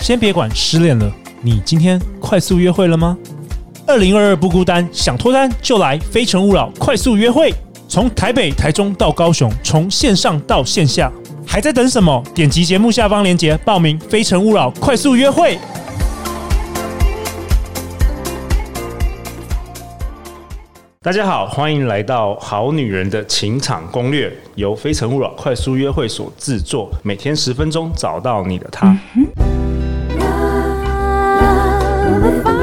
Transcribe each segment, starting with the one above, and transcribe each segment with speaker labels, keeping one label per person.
Speaker 1: 先别管失恋了，你今天快速约会了吗？二零二二不孤单，想脱单就来《非诚勿扰》快速约会，从台北、台中到高雄，从线上到线下，还在等什么？点击节目下方链接报名《非诚勿扰》快速约会。大家好，欢迎来到《好女人的情场攻略》，由《非诚勿扰》快速约会所制作，每天十分钟，找到你的他。
Speaker 2: Love, if I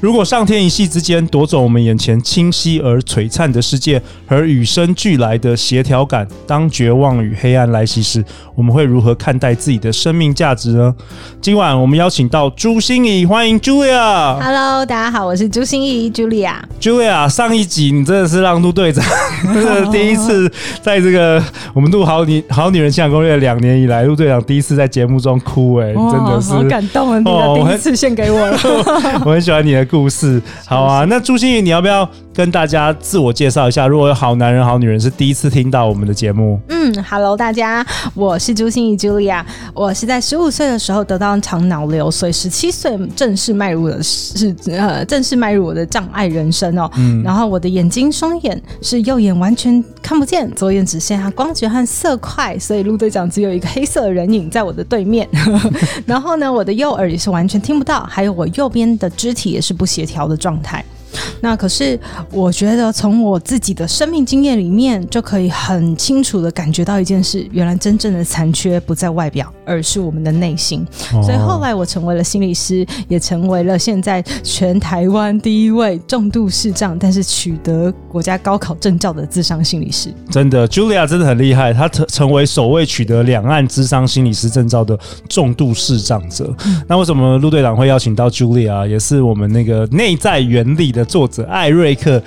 Speaker 1: 如果上天一夕之间夺走我们眼前清晰而璀璨的世界，和与生俱来的协调感，当绝望与黑暗来袭时，我们会如何看待自己的生命价值呢？今晚我们邀请到朱心怡，欢迎 Julia。
Speaker 3: Hello，大家好，我是朱心怡 Julia。
Speaker 1: Julia，上一集你真的是让陆队长， 这是第一次在这个我们录《好女好女人情感攻略》两年以来，陆队长第一次在节目中哭、哎，真的
Speaker 3: 好
Speaker 1: 是。
Speaker 3: 感动啊！你
Speaker 1: 哦我
Speaker 3: 的第
Speaker 1: 很
Speaker 3: 一次献给我了。
Speaker 1: 我很喜欢你的故事，好啊。那朱星宇，你要不要跟大家自我介绍一下？如果有好男人、好女人是第一次听到我们的节目，
Speaker 3: 嗯，Hello，大 家，我是朱心怡 Julia。我是在十五岁的时候得到一场脑瘤，所以十七岁正式迈入的是呃正式迈入我的障碍人生哦。然后我的眼睛双眼是右眼完全看不见，左眼只剩下光学和色块，所以陆队长只有一个黑色的人影在我的对面。 然后呢，我的右耳也是完全听不到，还有我右边的肢体也是不协调的状态。那可是，我觉得从我自己的生命经验里面，就可以很清楚的感觉到一件事：原来真正的残缺不在外表，而是我们的内心。
Speaker 1: 哦
Speaker 3: 所以嗯后来我成为了心理师，也成为了现在全台湾第一位重度视障，但是取得国家高考证照的智商心理师。
Speaker 1: 真的，Julia 真的很厉害，她成成为首位取得两岸智商心理师证照的重度视障者。
Speaker 3: 嗯
Speaker 1: 那为什么陆队长会邀请到 Julia？也是我们那个《内在原理》的作者艾瑞克。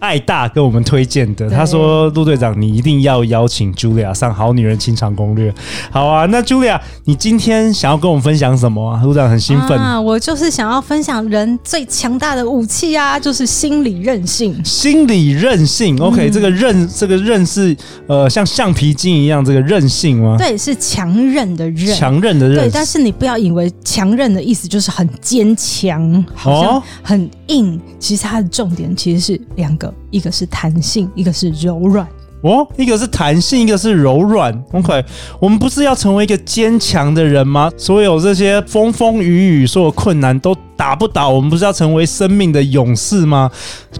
Speaker 1: 艾大跟我们推荐的，
Speaker 3: 对
Speaker 1: 他说：“陆队长，你一定要邀请 Julia 上《好女人情场攻略》。”好啊，那 Julia，你今天想要跟我们分享什么啊？陆队长很兴奋，
Speaker 3: 啊！我就是想要分享人最强大的武器啊，就是心理韧性。
Speaker 1: 心理韧性。OK，、这
Speaker 3: 嗯
Speaker 1: 个韧，这个韧是呃，像橡皮筋一样，这个韧性 吗？
Speaker 3: 对，是强韧的韧。
Speaker 1: 强韧的韧，
Speaker 3: 对，但是你不要以为强韧的意思就是很坚强，好
Speaker 1: 哦
Speaker 3: 像很硬。其实它的重点其实是两个，一个是弹性，一个是柔软。
Speaker 1: 哦，一个是弹性，一个是柔软。OK，我们不是要成为一个坚强的人吗？所有这些风风雨雨，所有困难都打不倒，我们不是要成为生命的勇士吗？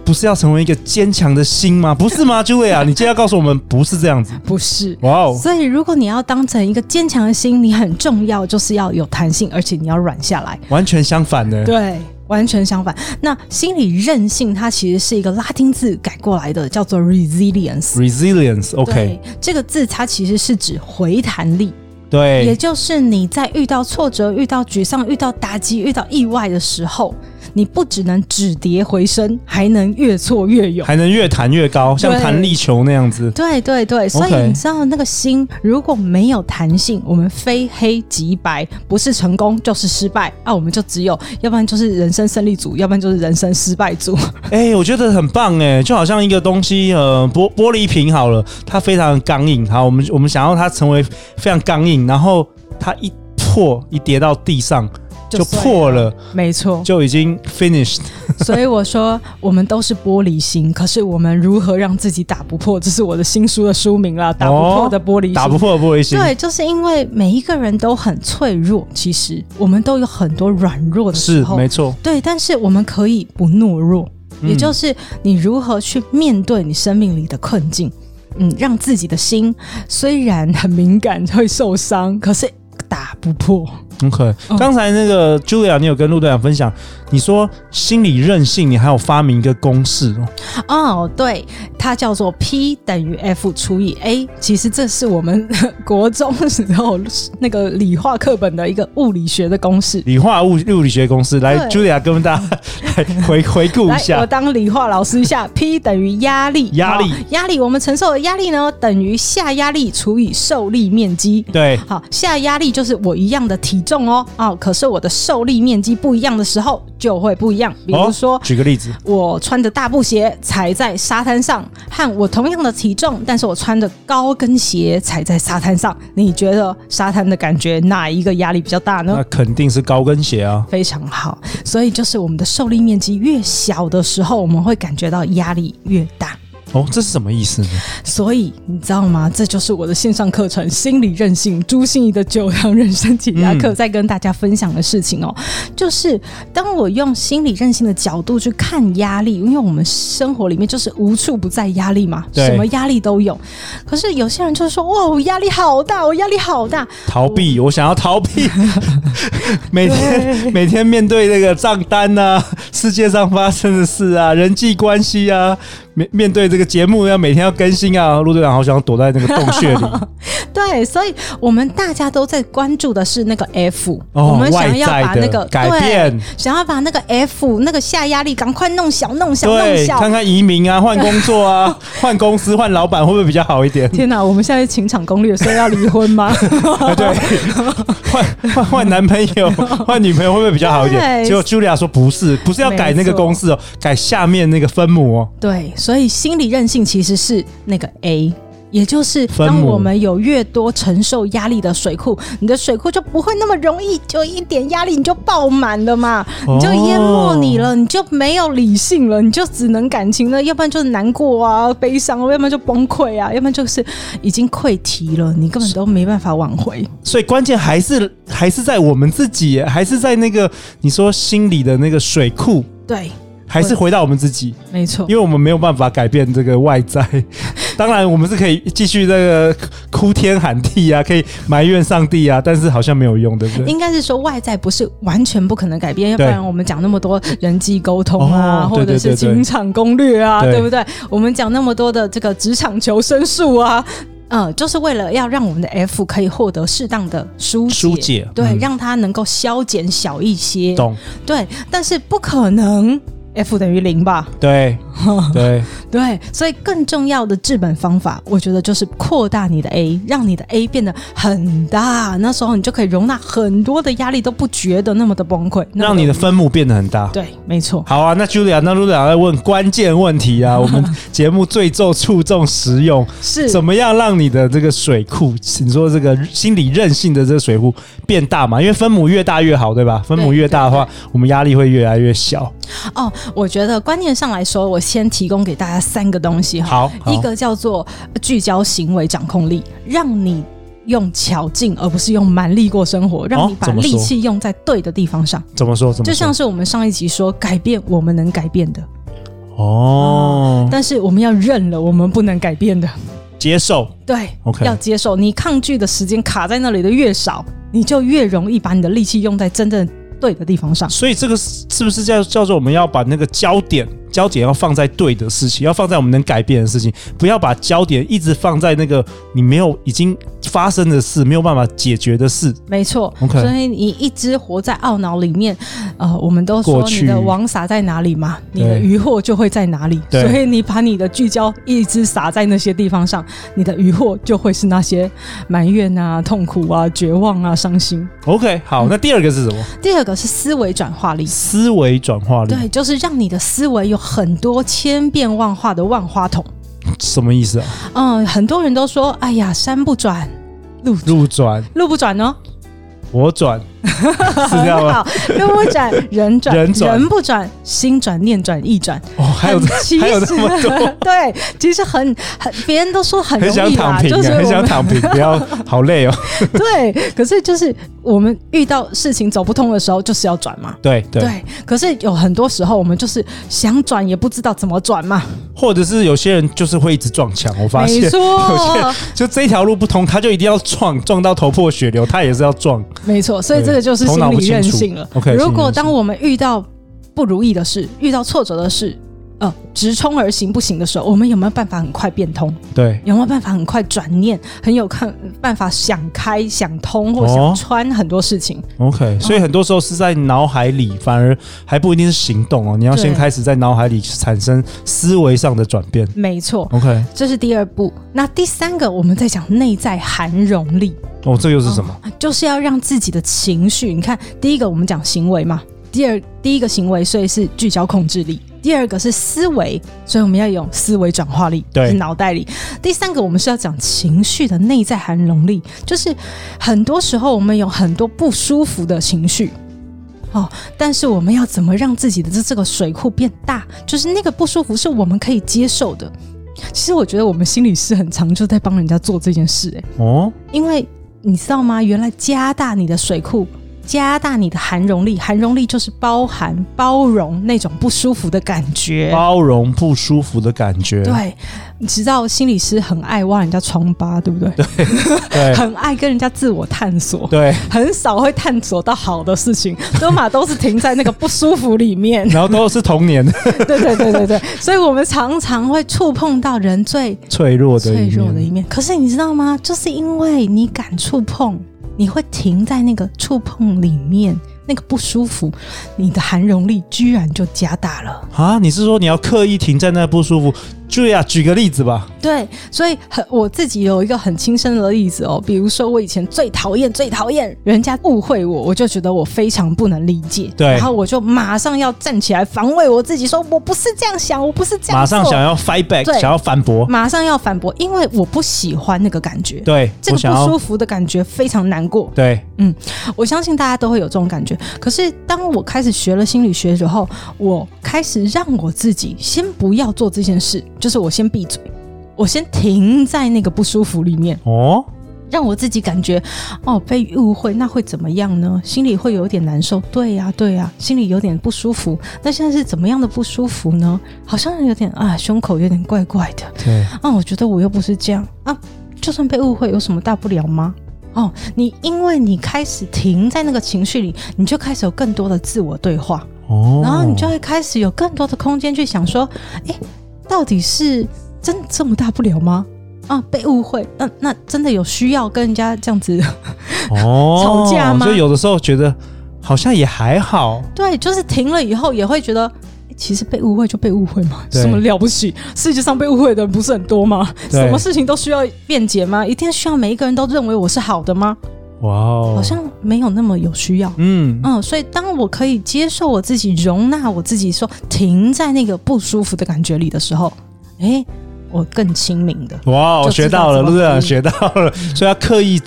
Speaker 1: 不是要成为一个坚强的心吗？不是吗 ，Julia？你今天要告诉我们不是这样子。
Speaker 3: 不是，
Speaker 1: 哇哦，
Speaker 3: 所以，如果你要当成一个坚强的心，你很重要，就是要有弹性，而且你要软下来。
Speaker 1: 完全相反呢。
Speaker 3: 对，完全相反。那心理韧性，它其实是一个拉丁字改过来的，叫做 resilience。
Speaker 1: Resilience，OK，、
Speaker 3: 对，这个字它其实是指回弹力，也
Speaker 1: 对，
Speaker 3: 就是你在遇到挫折、遇到沮丧、遇到打击、遇到意外的时候，你不只能止跌回升，还能越挫越勇。
Speaker 1: 还能越弹越高，像
Speaker 3: 对
Speaker 1: 弹力球那样子。
Speaker 3: 对对对，所以
Speaker 1: OK
Speaker 3: 你知道那个心如果没有弹性，我们非黑即白，不是成功就是失败啊，我们就只有要不然就是人生胜利组，要不然就是人生失败 组。
Speaker 1: 哎、我觉得很棒哎、就好像一个东西，呃，玻玻璃瓶好了，它非常刚硬。好，我们我们想要它成为非常刚硬，然后它一破一跌到地上
Speaker 3: 就
Speaker 1: 就破了，
Speaker 3: 没错，
Speaker 1: 就已经 finished。
Speaker 3: 所以我说我们都是玻璃心，可是我们如何让自己打不破？这是我的新书的书名
Speaker 1: 哦
Speaker 3: 啦，打不破的玻璃心。
Speaker 1: 打不破的玻璃心，
Speaker 3: 对，就是因为每一个人都很脆弱，其实我们都有很多软弱的时
Speaker 1: 是
Speaker 3: 候。
Speaker 1: 没错。
Speaker 3: 对，但是我们可以不懦弱，也就是你如何去面对你生命里的困境，嗯，让自己的心虽然很敏感会受伤，可是打不破。
Speaker 1: OK，刚
Speaker 3: 嗯
Speaker 1: 才那个 Julia，你有跟陆队长分享，你说心理韧性，你还有发明一个公式哦。
Speaker 3: 哦，对，它叫做 P 等于 F 除以 A。其实这是我们 国中时候那个理化课本的一个物理学的公式。
Speaker 1: 理化物物理学公式，来
Speaker 3: 对
Speaker 1: ，Julia 跟大 家来回回顾一
Speaker 3: 来，我
Speaker 1: 下。
Speaker 3: 当理化老师一下 ，P 等于压力，
Speaker 1: 压力
Speaker 3: 好压力，我们承受的压力呢，等于下压力除以受力面积。
Speaker 1: 对，
Speaker 3: 好，下压力就是我一样的体重哦，哦，可是我的受力面积不一样的时候就会不一样。比如说，
Speaker 1: 哦、举个例子，
Speaker 3: 我穿着大布鞋踩在沙滩上，和我同样的体重，但是我穿着高跟鞋踩在沙滩上，你觉得沙滩的感觉哪一个压力比较大呢
Speaker 1: 那？肯定是高跟鞋啊。
Speaker 3: 非常好，所以就是我们的受力面积越小的时候，我们会感觉到压力越大。
Speaker 1: 哦，这是什么意思呢？
Speaker 3: 所以你知道吗？这就是我的线上课程《心理韧性》朱心怡的九堂人生解压课，在跟大家分享的事情哦，就是当我用心理韧性的角度去看压力，因为我们生活里面就是无处不在压力嘛，
Speaker 1: 对
Speaker 3: 什么压力都有。可是有些人就是说，哇，我压力好大，我压力好大，
Speaker 1: 逃避，我想要逃 避，每天每天面哦对那个账单啊，世界上发生的事啊，人际关系啊，面面对这个节目要每天要更新啊，陆队长好想躲在那个洞穴 里
Speaker 3: 对，所以我们大家都在关注的是那个 F，、
Speaker 1: 哦
Speaker 3: 我们想要
Speaker 1: 外在
Speaker 3: 把
Speaker 1: 的
Speaker 3: 那个
Speaker 1: 改
Speaker 3: 对
Speaker 1: 变
Speaker 3: 想要把那个 F 那个下压力赶快弄小、弄小、弄
Speaker 1: 对，
Speaker 3: 小。
Speaker 1: 看看移民啊，换工作 啊，换公司换老板会不会比较好一点？
Speaker 3: 天哪，我们现在情场攻略，所以要离婚吗？
Speaker 1: 啊 对，换换换男朋 友，换女朋友会不会比较好一点？
Speaker 3: 对
Speaker 1: 结果 Julia 说不是，不是要改那个
Speaker 3: 没错
Speaker 1: 公式哦，改下面那个分母哦。
Speaker 3: 对，所以心理韧性其实是那个 A。也就是，
Speaker 1: 分
Speaker 3: 当
Speaker 1: 母
Speaker 3: 我们有越多承受压力的水库，你的水库就不会那么容易，就一点压力你就爆满了嘛，
Speaker 1: 哦
Speaker 3: 你就淹没你了，你就没有理性了，你就只能感情了，要不然就是难过啊、悲伤，要不然就崩溃啊，要不然就是已经溃堤了，你根本都没办法挽回。
Speaker 1: 所以关键还是还是在我们自己耶，还是在那个你说心里的那个水库，
Speaker 3: 对，
Speaker 1: 还是回到我们自己，
Speaker 3: 没错
Speaker 1: 因。为我们没有办法改变这个外 在。当然，我们是可以继续这个哭天喊地啊，可以埋怨上帝啊，但是好像没有用，对不对？
Speaker 3: 应该是说外在不是完全不可能改变，要不
Speaker 1: 对
Speaker 3: 然我们讲那么多人际沟通啊，
Speaker 1: 哦
Speaker 3: 或者
Speaker 1: 对对对
Speaker 3: 是
Speaker 1: 对
Speaker 3: 情场攻略啊，
Speaker 1: 对
Speaker 3: 对不对？我们讲那么多的这个职场求生术啊。嗯，就是为了要让我们的 F 可以获得适当的疏解，
Speaker 1: 疏解
Speaker 3: 对，
Speaker 1: 嗯
Speaker 3: 让它能够消减小一些，
Speaker 1: 懂？
Speaker 3: 对，但是不可能 F 等于零吧？
Speaker 1: 对对，
Speaker 3: 对，所以更重要的治本方法，我觉得就是扩大你的 A，让你的 A 变得很大，那时候你就可以容纳很多的压力，都不觉得那么的崩溃，那么
Speaker 1: 让你的分母变得很大。
Speaker 3: 对，没错。
Speaker 1: 好啊，那 Julia，那 Julia 在问关键问题啊，我 们节目最重注重实用，
Speaker 3: 是
Speaker 1: 怎么样让你的这个水库，你说这个心理韧性的这个水库变大嘛？因为分母越大越好，对吧？分母越大的话，我们压力会越来越小。
Speaker 3: 哦，我觉得观念上来说，我先提供给大家三个东西哈，
Speaker 1: 好，好
Speaker 3: 一个叫做聚焦行为掌控力，让你用巧劲而不是用蛮力过生活，让
Speaker 1: 哦
Speaker 3: 你把
Speaker 1: 怎么说
Speaker 3: 力气用在对的地方上，
Speaker 1: 怎么说？怎么
Speaker 3: 就
Speaker 1: 说
Speaker 3: 像是我们上一集说，改变我们能改变的，
Speaker 1: 哦，
Speaker 3: 但是我们要认了我们不能改变的。
Speaker 1: 接受
Speaker 3: 对
Speaker 1: OK
Speaker 3: 要接受。你抗拒的时间卡在那里的越少，你就越容易把你的力气用在真正对的地方上。
Speaker 1: 所以这个是是不是叫叫做我们要把那个焦点焦点要放在对的事情，要放在我们能改变的事情，不要把焦点一直放在那个你没有已经发生的事，没有办法解决的事。
Speaker 3: 没错
Speaker 1: OK
Speaker 3: 所以你一直活在懊恼里面，呃，我们都说
Speaker 1: 过去
Speaker 3: 你的网撒在哪里嘛，你的
Speaker 1: 对
Speaker 3: 鱼获就会在哪里。
Speaker 1: 对
Speaker 3: 所以你把你的聚焦一直撒在那些地方上，你的鱼获就会是那些埋怨啊、痛苦啊、绝望啊、伤心。
Speaker 1: OK，好，
Speaker 3: 嗯
Speaker 1: 那第二个是什么？
Speaker 3: 第二个是思维转化力，
Speaker 1: 思维转化力，
Speaker 3: 对，就是让你的思维有很多千变万化的万花筒。
Speaker 1: 什么意思啊？
Speaker 3: 嗯，很多人都说，哎呀，山不转，
Speaker 1: 路转、
Speaker 3: 路不转哦，
Speaker 1: 我 转，是这
Speaker 3: 很
Speaker 1: 样吗？
Speaker 3: 好，路不转，人转，
Speaker 1: 人转
Speaker 3: 不转，心转，念转，意转，
Speaker 1: 哦，还有
Speaker 3: 很其实
Speaker 1: 还有那么多，
Speaker 3: 对，其实很很，别人都说很容
Speaker 1: 很想
Speaker 3: 易啦，
Speaker 1: 躺平、啊，
Speaker 3: 就是我
Speaker 1: 很想
Speaker 3: 们
Speaker 1: 躺平，不 要，好累哦。
Speaker 3: 对，可是就是我们遇到事情走不通的时候，就是要转嘛。
Speaker 1: 对对，
Speaker 3: 可是有很多时候我们就是想转也不知道怎么转嘛，
Speaker 1: 或者是有些人就是会一直撞墙，我发
Speaker 3: 没
Speaker 1: 现。
Speaker 3: 错，
Speaker 1: 就这条路不通，他就一定要撞，撞到头破血流，他也是要撞。
Speaker 3: 没错，所以这这个就是
Speaker 1: 头
Speaker 3: 心
Speaker 1: 脑不
Speaker 3: 理
Speaker 1: 清
Speaker 3: 韧
Speaker 1: 楚
Speaker 3: 性了。
Speaker 1: OK，
Speaker 3: 如
Speaker 1: 心理
Speaker 3: 果
Speaker 1: 韧
Speaker 3: 当
Speaker 1: 性
Speaker 3: 我们遇到不如意的事、遇到挫折的事，呃，直冲而行不行的时候，我们有没有办法很快变通？
Speaker 1: 对
Speaker 3: 有没有办法很快转念？很有看办法想开、想通或
Speaker 1: 哦
Speaker 3: 想穿很多事情？嗯
Speaker 1: OK，所以很多时候是在脑海里，反而还不一定是行动哦，你要先
Speaker 3: 对
Speaker 1: 开始在脑海里产生思维上的转变。
Speaker 3: 没错，
Speaker 1: OK，
Speaker 3: 这是第二步。那第三个，我们在讲内在含容力，
Speaker 1: 哦，这又是什么？
Speaker 3: 就是要让自己的情绪。你看，第一个我们讲行为嘛，第二第一个行为，所以是聚焦控制力；第二个是思维，所以我们要有思维转化力，
Speaker 1: 对
Speaker 3: 是脑袋里；第三个我们是要讲情绪的内在含容力，就是很多时候我们有很多不舒服的情绪。哦，但是我们要怎么让自己的这这个水库变大？就是那个不舒服是我们可以接受的。其实我觉得我们心理师很常就在帮人家做这件事、欸，
Speaker 1: 哦，
Speaker 3: 因为你知道吗？原来加大你的水库，加大你的含容力，含容力就是包含、包容那种不舒服的感觉。
Speaker 1: 包容不舒服的感觉。
Speaker 3: 对，你知道心理师很爱挖人家疮疤，对不对？
Speaker 1: 对
Speaker 3: 很爱跟人家自我探索，
Speaker 1: 对，
Speaker 3: 很少会探索到好的事情，都嘛都是停在那个不舒服里面。
Speaker 1: 然后都是童年
Speaker 3: 对对对对对，所以我们常常会触碰到人最
Speaker 1: 脆弱的
Speaker 3: 脆
Speaker 1: 一
Speaker 3: 弱的
Speaker 1: 面。
Speaker 3: 一面。可是你知道吗？就是因为你敢触碰，你会停在那个触碰里面，那个不舒服，你的含容力居然就加大了。
Speaker 1: 啊，你是说你要刻意停在那不舒服？对啊，举个例子吧。
Speaker 3: 对，所以很我自己有一个很亲身的例子哦，比如说我以前最讨厌、最讨厌人家误会我，我就觉得我非常不能理解，
Speaker 1: 对
Speaker 3: 然后我就马上要站起来防卫我自己，说我不是这样想，我不是这样，
Speaker 1: 马上想。要 fight back，
Speaker 3: 对嗯
Speaker 1: 想要反驳，
Speaker 3: 马上要反驳，因为我不喜欢那个感觉，
Speaker 1: 对，
Speaker 3: 这
Speaker 1: 我
Speaker 3: 个
Speaker 1: 想
Speaker 3: 不
Speaker 1: 要
Speaker 3: 舒服的感觉非常难过。
Speaker 1: 对
Speaker 3: 我相信大家都会有这种感觉。可是当我开始学了心理学之后，我开始让我自己先不要做这件事，就是我先闭嘴，我先停在那个不舒服里面，
Speaker 1: 哦，
Speaker 3: 让我自己感觉哦被误会，那会怎么样呢？心里会有点难受。对呀、对呀、心里有点不舒服。那现在是怎么样的不舒服呢？好像有点啊，胸口有点怪怪的。
Speaker 1: 对，
Speaker 3: 啊，我觉得我又不是这样啊，就算被误会有什么大不了吗？哦，你因为你开始停在那个情绪里，你就开始有更多的自我对话，
Speaker 1: 哦，
Speaker 3: 然后你就会开始有更多的空间去想说，诶，到底是真的这么大不了吗？啊，被误会，那那真的有需要跟人家这样子？
Speaker 1: 哦
Speaker 3: 吵架吗
Speaker 1: 就有的时候觉得好像也还好，
Speaker 3: 对，就是停了以后也会觉得。诶其实被误会就被误会嘛，
Speaker 1: 对
Speaker 3: 什么了不起？世界上被误会的人不是很多吗？
Speaker 1: 对
Speaker 3: 什么事情都需要辩解吗？一定需要每一个人都认为我是好的吗？
Speaker 1: 哇哦，
Speaker 3: 好像没有那么有需要。
Speaker 1: 嗯，
Speaker 3: 嗯，所以当我可以接受我自己、容纳我自己，说停在那个不舒服的感觉里的时候，诶，我更清明的。
Speaker 1: 哇哦，
Speaker 3: 就
Speaker 1: 学
Speaker 3: 知
Speaker 1: 到
Speaker 3: 道
Speaker 1: 了，
Speaker 3: 怎么
Speaker 1: 陆队
Speaker 3: 处
Speaker 1: 长
Speaker 3: 理
Speaker 1: 学到了，所以要刻意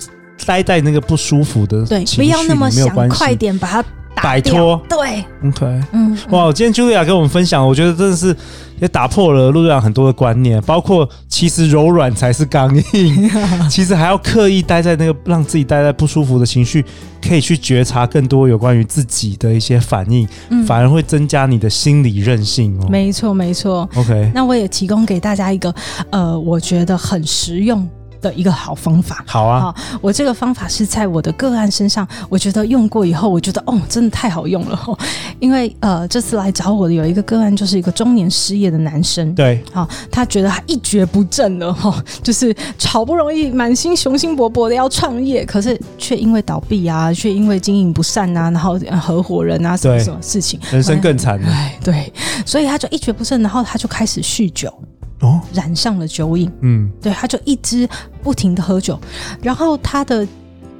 Speaker 1: 待在那个不舒服的
Speaker 3: 对，
Speaker 1: 情
Speaker 3: 不要
Speaker 1: 绪
Speaker 3: 那
Speaker 1: 里
Speaker 3: 么
Speaker 1: 没有
Speaker 3: 想
Speaker 1: 关，系
Speaker 3: 快点把它打
Speaker 1: 摆
Speaker 3: 掉
Speaker 1: 脱
Speaker 3: 对，
Speaker 1: ，OK。
Speaker 3: 嗯，
Speaker 1: 哇，今天 Julia 跟我们分享，我觉得真的是也打破了陆队长很多的观念，包括其实柔软才是刚 硬，其实还要刻意待在那个让自己待在不舒服的情绪，可以去觉察更多有关于自己的一些反应，
Speaker 3: 嗯
Speaker 1: 反而会增加你的心理韧性哦。
Speaker 3: 没错，没错。
Speaker 1: OK，
Speaker 3: 那我也提供给大家一个，呃，我觉得很实用的一个好方法。
Speaker 1: 好啊，
Speaker 3: 好哦我这个方法是在我的个案身上，我觉得用过以后，我觉得哦，真的太好用了、哦。因为呃，这次来找我的有一个个案，就是一个中年失业的男生，
Speaker 1: 对，
Speaker 3: 好、他觉得他一蹶不振了哈、哦，就是好不容易满心雄心勃勃的要创业，可是却因为倒闭啊，却因为经营不善啊，然后呃合伙人啊什么
Speaker 1: 对
Speaker 3: 什么事情，
Speaker 1: 人生更惨了
Speaker 3: 哎对，所以他就一蹶不振，然后他就开始酗酒，
Speaker 1: 哦，
Speaker 3: 染上了酒瘾。
Speaker 1: 嗯，
Speaker 3: 对，他就一直不停的喝酒，然后他的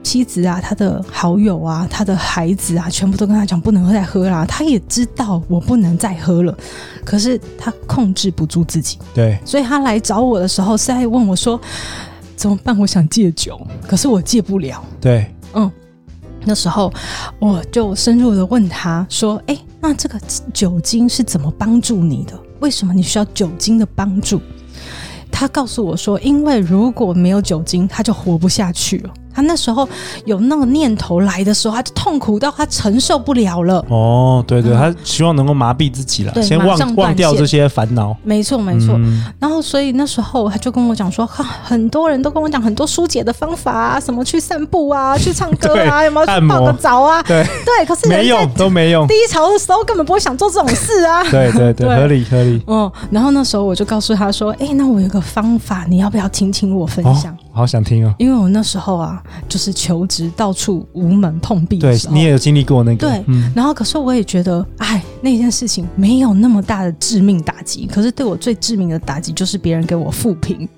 Speaker 3: 妻子啊、他的好友啊、他的孩子啊，全部都跟他讲不能再喝啦。他也知道我不能再喝了，可是他控制不住自己，
Speaker 1: 对，
Speaker 3: 所以他来找我的时候是在问我说怎么办？我想戒酒，可是我戒不了。
Speaker 1: 对，
Speaker 3: 那时候我就深入的问他说：“哎，那这个酒精是怎么帮助你的？为什么你需要酒精的帮助？”他告诉我说：“因为如果没有酒精，他就活不下去了。他那时候有那个念头来的时候，他就痛苦到他承受不了了。
Speaker 1: 哦，对对，他希望能够麻痹自己啦，
Speaker 3: 嗯对
Speaker 1: 先
Speaker 3: 马上
Speaker 1: 忘
Speaker 3: 断
Speaker 1: 忘掉
Speaker 3: 线
Speaker 1: 这些烦恼。
Speaker 3: 没错，没错。
Speaker 1: 嗯
Speaker 3: 然后，所以那时候他就跟我讲说，哈，很多人都跟我讲很多疏解的方法啊，什么去散步啊，去唱歌啊，
Speaker 1: 对
Speaker 3: 有没有
Speaker 1: 按
Speaker 3: 去
Speaker 1: 摩
Speaker 3: 泡个澡啊？
Speaker 1: 对，
Speaker 3: 对， 可是人
Speaker 1: 没
Speaker 3: 在
Speaker 1: 用都没用。
Speaker 3: 低潮的时候根本不会想做这种事 啊。
Speaker 1: 对对对，
Speaker 3: 对
Speaker 1: 合理合理。
Speaker 3: 嗯，然后那时候我就告诉他说：“哎、那我有个方法，你要不要听听我分
Speaker 1: 哦
Speaker 3: 享？，
Speaker 1: 好想听哦。
Speaker 3: 因为我那时候啊，就是求职到处无门碰壁
Speaker 1: 对
Speaker 3: 的时，候，
Speaker 1: 你也有经历过那个，
Speaker 3: 哦对
Speaker 1: 嗯，
Speaker 3: 然后可是我也觉得，哎，那件事情没有那么大的致命打击，可是对我最致命的打击就是别人给我负评。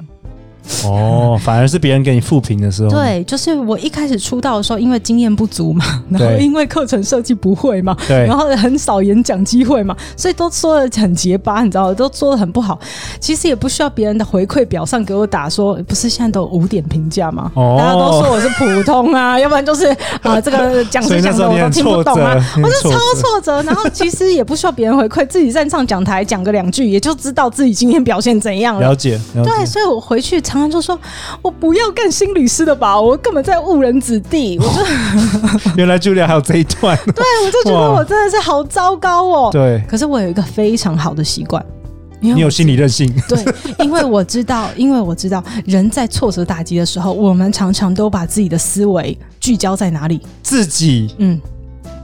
Speaker 1: 哦，反而是别人给你复评的时候，，
Speaker 3: 对，就是我一开始出道的时候，因为经验不足嘛，然后
Speaker 1: 对
Speaker 3: 因为课程设计不会嘛，
Speaker 1: 对
Speaker 3: 然后很少演讲机会嘛，所以都说的很结巴，你知道，都做的很不好。其实也不需要别人的回馈表上给我打说，不是现在都有五点评价吗？
Speaker 1: 哦
Speaker 3: 大家都说我是普通 啊，要不然就是啊、这个讲
Speaker 1: 所
Speaker 3: 师
Speaker 1: 以那
Speaker 3: 讲
Speaker 1: 时
Speaker 3: 的
Speaker 1: 候
Speaker 3: 我
Speaker 1: 你
Speaker 3: 都
Speaker 1: 很
Speaker 3: 听
Speaker 1: 挫
Speaker 3: 不
Speaker 1: 折，
Speaker 3: 懂啊。
Speaker 1: 你
Speaker 3: 我
Speaker 1: 很
Speaker 3: 是超
Speaker 1: 挫折
Speaker 3: 挫折，然后其实也不需要别人回馈，自己站上讲台讲个两句，也就知道自己今天表现怎样了
Speaker 1: 了。解，了解
Speaker 3: 对，所以我回去常常就说，我不要干心理师的吧，我根本在误人子 弟。我就
Speaker 1: 原来 Julia 还有这一段，
Speaker 3: 对我就觉得
Speaker 1: 哇
Speaker 3: 我真的是好糟糕哦。
Speaker 1: 对，
Speaker 3: 可是我有一个非常好的习惯，因
Speaker 1: 你
Speaker 3: 为
Speaker 1: 有
Speaker 3: 我
Speaker 1: 心理韧性，
Speaker 3: 对，因为我知道， 因为我知道，人在挫折打击的时候，我们常常都把自己的思维聚焦在哪里？
Speaker 1: 自己
Speaker 3: 嗯，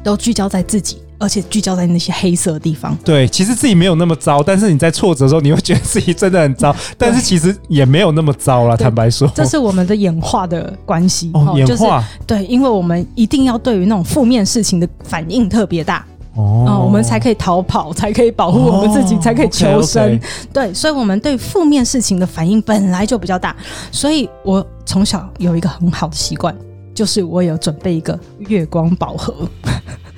Speaker 3: 都聚焦在自己，而且聚焦在那些黑色的地方。
Speaker 1: 对，其实自己没有那么糟，但是你在挫折的时候，你会觉得自己真的很 糟，但是其实也没有那么糟啦。
Speaker 3: 对
Speaker 1: 坦白说，
Speaker 3: 这是我们的演化的关系
Speaker 1: 哦，演
Speaker 3: 就是
Speaker 1: 化
Speaker 3: 对，因为我们一定要对于那种负面事情的反应特别大，哦、
Speaker 1: 哦
Speaker 3: 我们才可以逃跑，才可以保护我们自己，
Speaker 1: 哦
Speaker 3: 才可以求
Speaker 1: OK，OK
Speaker 3: 生。对，所以我们对负面事情的反应本来就比较大，所以我从小有一个很好的习惯。就是我有准备一个月光宝盒，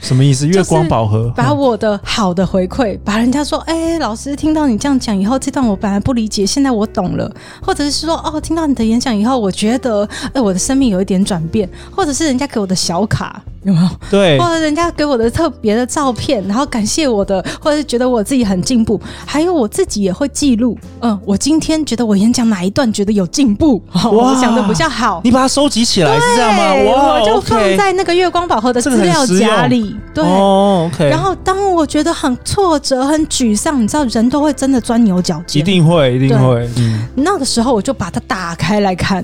Speaker 1: 什么意思？月光宝盒，
Speaker 3: 把我的好的回馈，把人家说，哎、老师听到你这样讲以后，这段我本来不理解，现在我懂了，或者是说，哦，听到你的演讲以后，我觉得，哎、我的生命有一点转变，或者是人家给我的小卡，有没有？
Speaker 1: 对
Speaker 3: 或者人家给我的特别的照片，然后感谢我的，或者是觉得我自己很进步，还有我自己也会记录。嗯，我今天觉得我演讲哪一段觉得有进步，哦、
Speaker 1: 哇
Speaker 3: 我讲的比较好。
Speaker 1: 你把它收集起来是这样吗？
Speaker 3: 对
Speaker 1: 哇，
Speaker 3: 我就
Speaker 1: OK
Speaker 3: 放在那个月光宝盒的
Speaker 1: 这
Speaker 3: 资
Speaker 1: 个很
Speaker 3: 料
Speaker 1: 实
Speaker 3: 夹
Speaker 1: 用
Speaker 3: 里。对。
Speaker 1: 哦，OK，
Speaker 3: 然后，当我觉得很挫折、很沮丧，你知道，人都会真的钻牛角尖。
Speaker 1: 一定会，一定会，嗯，
Speaker 3: 那个时候，我就把它打开来看，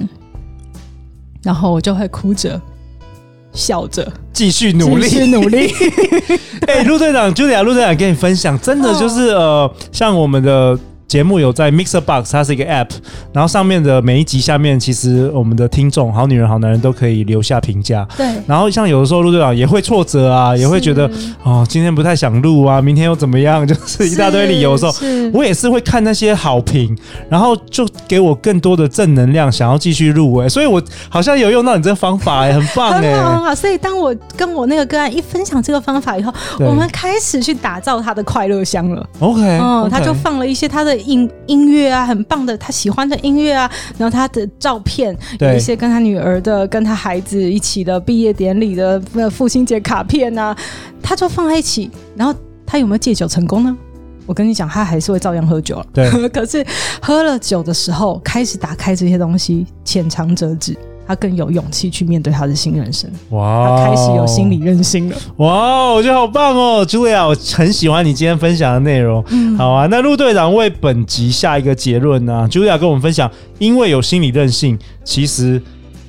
Speaker 3: 然后我就会哭着、笑着，
Speaker 1: 继续努力，
Speaker 3: 继续 努力。
Speaker 1: 哎、陆队长，Julia，陆队长跟你分享，真的就是、
Speaker 3: 哦
Speaker 1: 呃，像我们的节目有在 Mixer Box，它是一个 App，然后上面的每一集下面，其实我们的听众，好女人、好男人都可以留下评价。
Speaker 3: 对。
Speaker 1: 然后像有的时候陆队长也会挫折啊，也会觉得
Speaker 3: 是
Speaker 1: 哦，今天不太想录啊，明天又怎么样， 就是一大堆理由的时候。
Speaker 3: 是
Speaker 1: 我也是会看那些好评，然后就给我更多的正能量，想要继续入围，所以我好像有用到你这方法、哎很棒哎、
Speaker 3: 很好很好，所以当我跟我那个个案一分享这个方法以后，
Speaker 1: 对
Speaker 3: 我们开始去打造他的快乐箱了。
Speaker 1: OK，
Speaker 3: 嗯，他
Speaker 1: OK
Speaker 3: 就放了一些他的音音乐啊，很棒的他喜欢的音乐啊，然后他的照片，
Speaker 1: 对
Speaker 3: 有一些跟他女儿的、跟他孩子一起的毕业典礼的呃父亲节卡片啊，他就放在一起。然后他有没有戒酒成功呢？我跟你讲，他还是会照样喝酒啊了。
Speaker 1: 对，
Speaker 3: 可是喝了酒的时候，开始打开这些东西，浅尝辄止，他更有勇气去面对他的新人生。
Speaker 1: 哇，
Speaker 3: 他开始有心理韧性了。
Speaker 1: 哇，我觉得好棒哦，Julia，我很喜欢你今天分享的内容。好啊，那陆队长为本集下一个结论呢、j u l i a 跟我们分享，因为有心理韧性，其实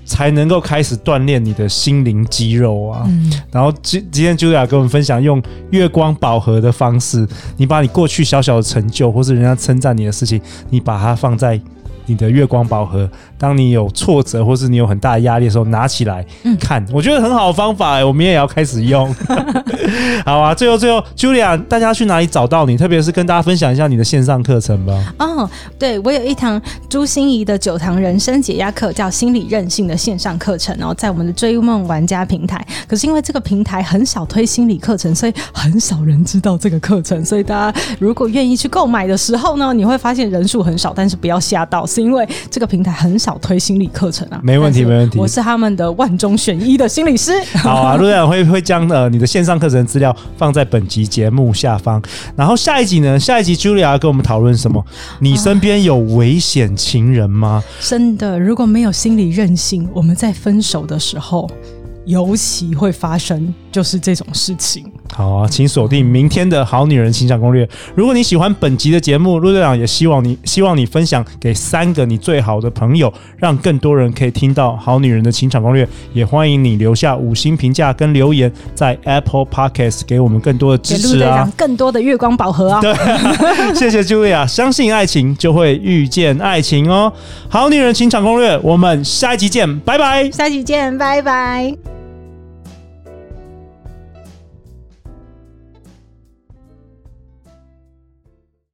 Speaker 1: 才能够开始锻炼你的心灵肌肉啊。然后今今天 Julia 跟我们分享，用月光宝盒的方式，你把你过去小小的成就，或是人家称赞你的事情，你把它放在。你的月光宝盒，当你有挫折或是你有很大的压力的时候，拿起来看，我觉得很好的方法、欸，我们也要开始用。好啊，最后最后，Julia，大家去哪里找到你？特别是跟大家分享一下你的线上课程 吧。
Speaker 3: 哦，对我有一堂朱心怡的九堂人生解压课，叫心理韧性的线上课程哦，在我们的追梦玩家平台。可是因为这个平台很少推心理课程，所以很少人知道这个课程。所以大家如果愿意去购买的时候呢，你会发现人数很少，但是不要吓到，是因为这个平台很少推心理课程啊。
Speaker 1: 没问题
Speaker 3: 但是
Speaker 1: 没问题
Speaker 3: 我是他们的万中选一的心理师。
Speaker 1: 好啊，陆队长会会将呃你的线上课个人资料放在本集节目下方。然后下一集呢？下一集 Julia 要跟我们讨论什么？你身边有危险情人吗？
Speaker 3: 真的，如果没有心理韧性，我们在分手的时候，尤其会发生就是这种事情。
Speaker 1: 好啊，请锁定明天的好女人情感攻略。如果你喜欢本集的节目，陆队长也希望你希望你分享给三个你最好的朋友，让更多人可以听到好女人的情场攻略。也欢迎你留下五星评价跟留言，在 Apple Podcast 给我们更多的
Speaker 3: 给
Speaker 1: 支
Speaker 3: 陆队
Speaker 1: 持啊
Speaker 3: 长！ 更多的月光宝盒啊！
Speaker 1: 谢谢 Julia，相信爱情就会遇见爱情哦。好女人情场攻略，我们下一集见，拜拜。
Speaker 3: 下期见，拜拜。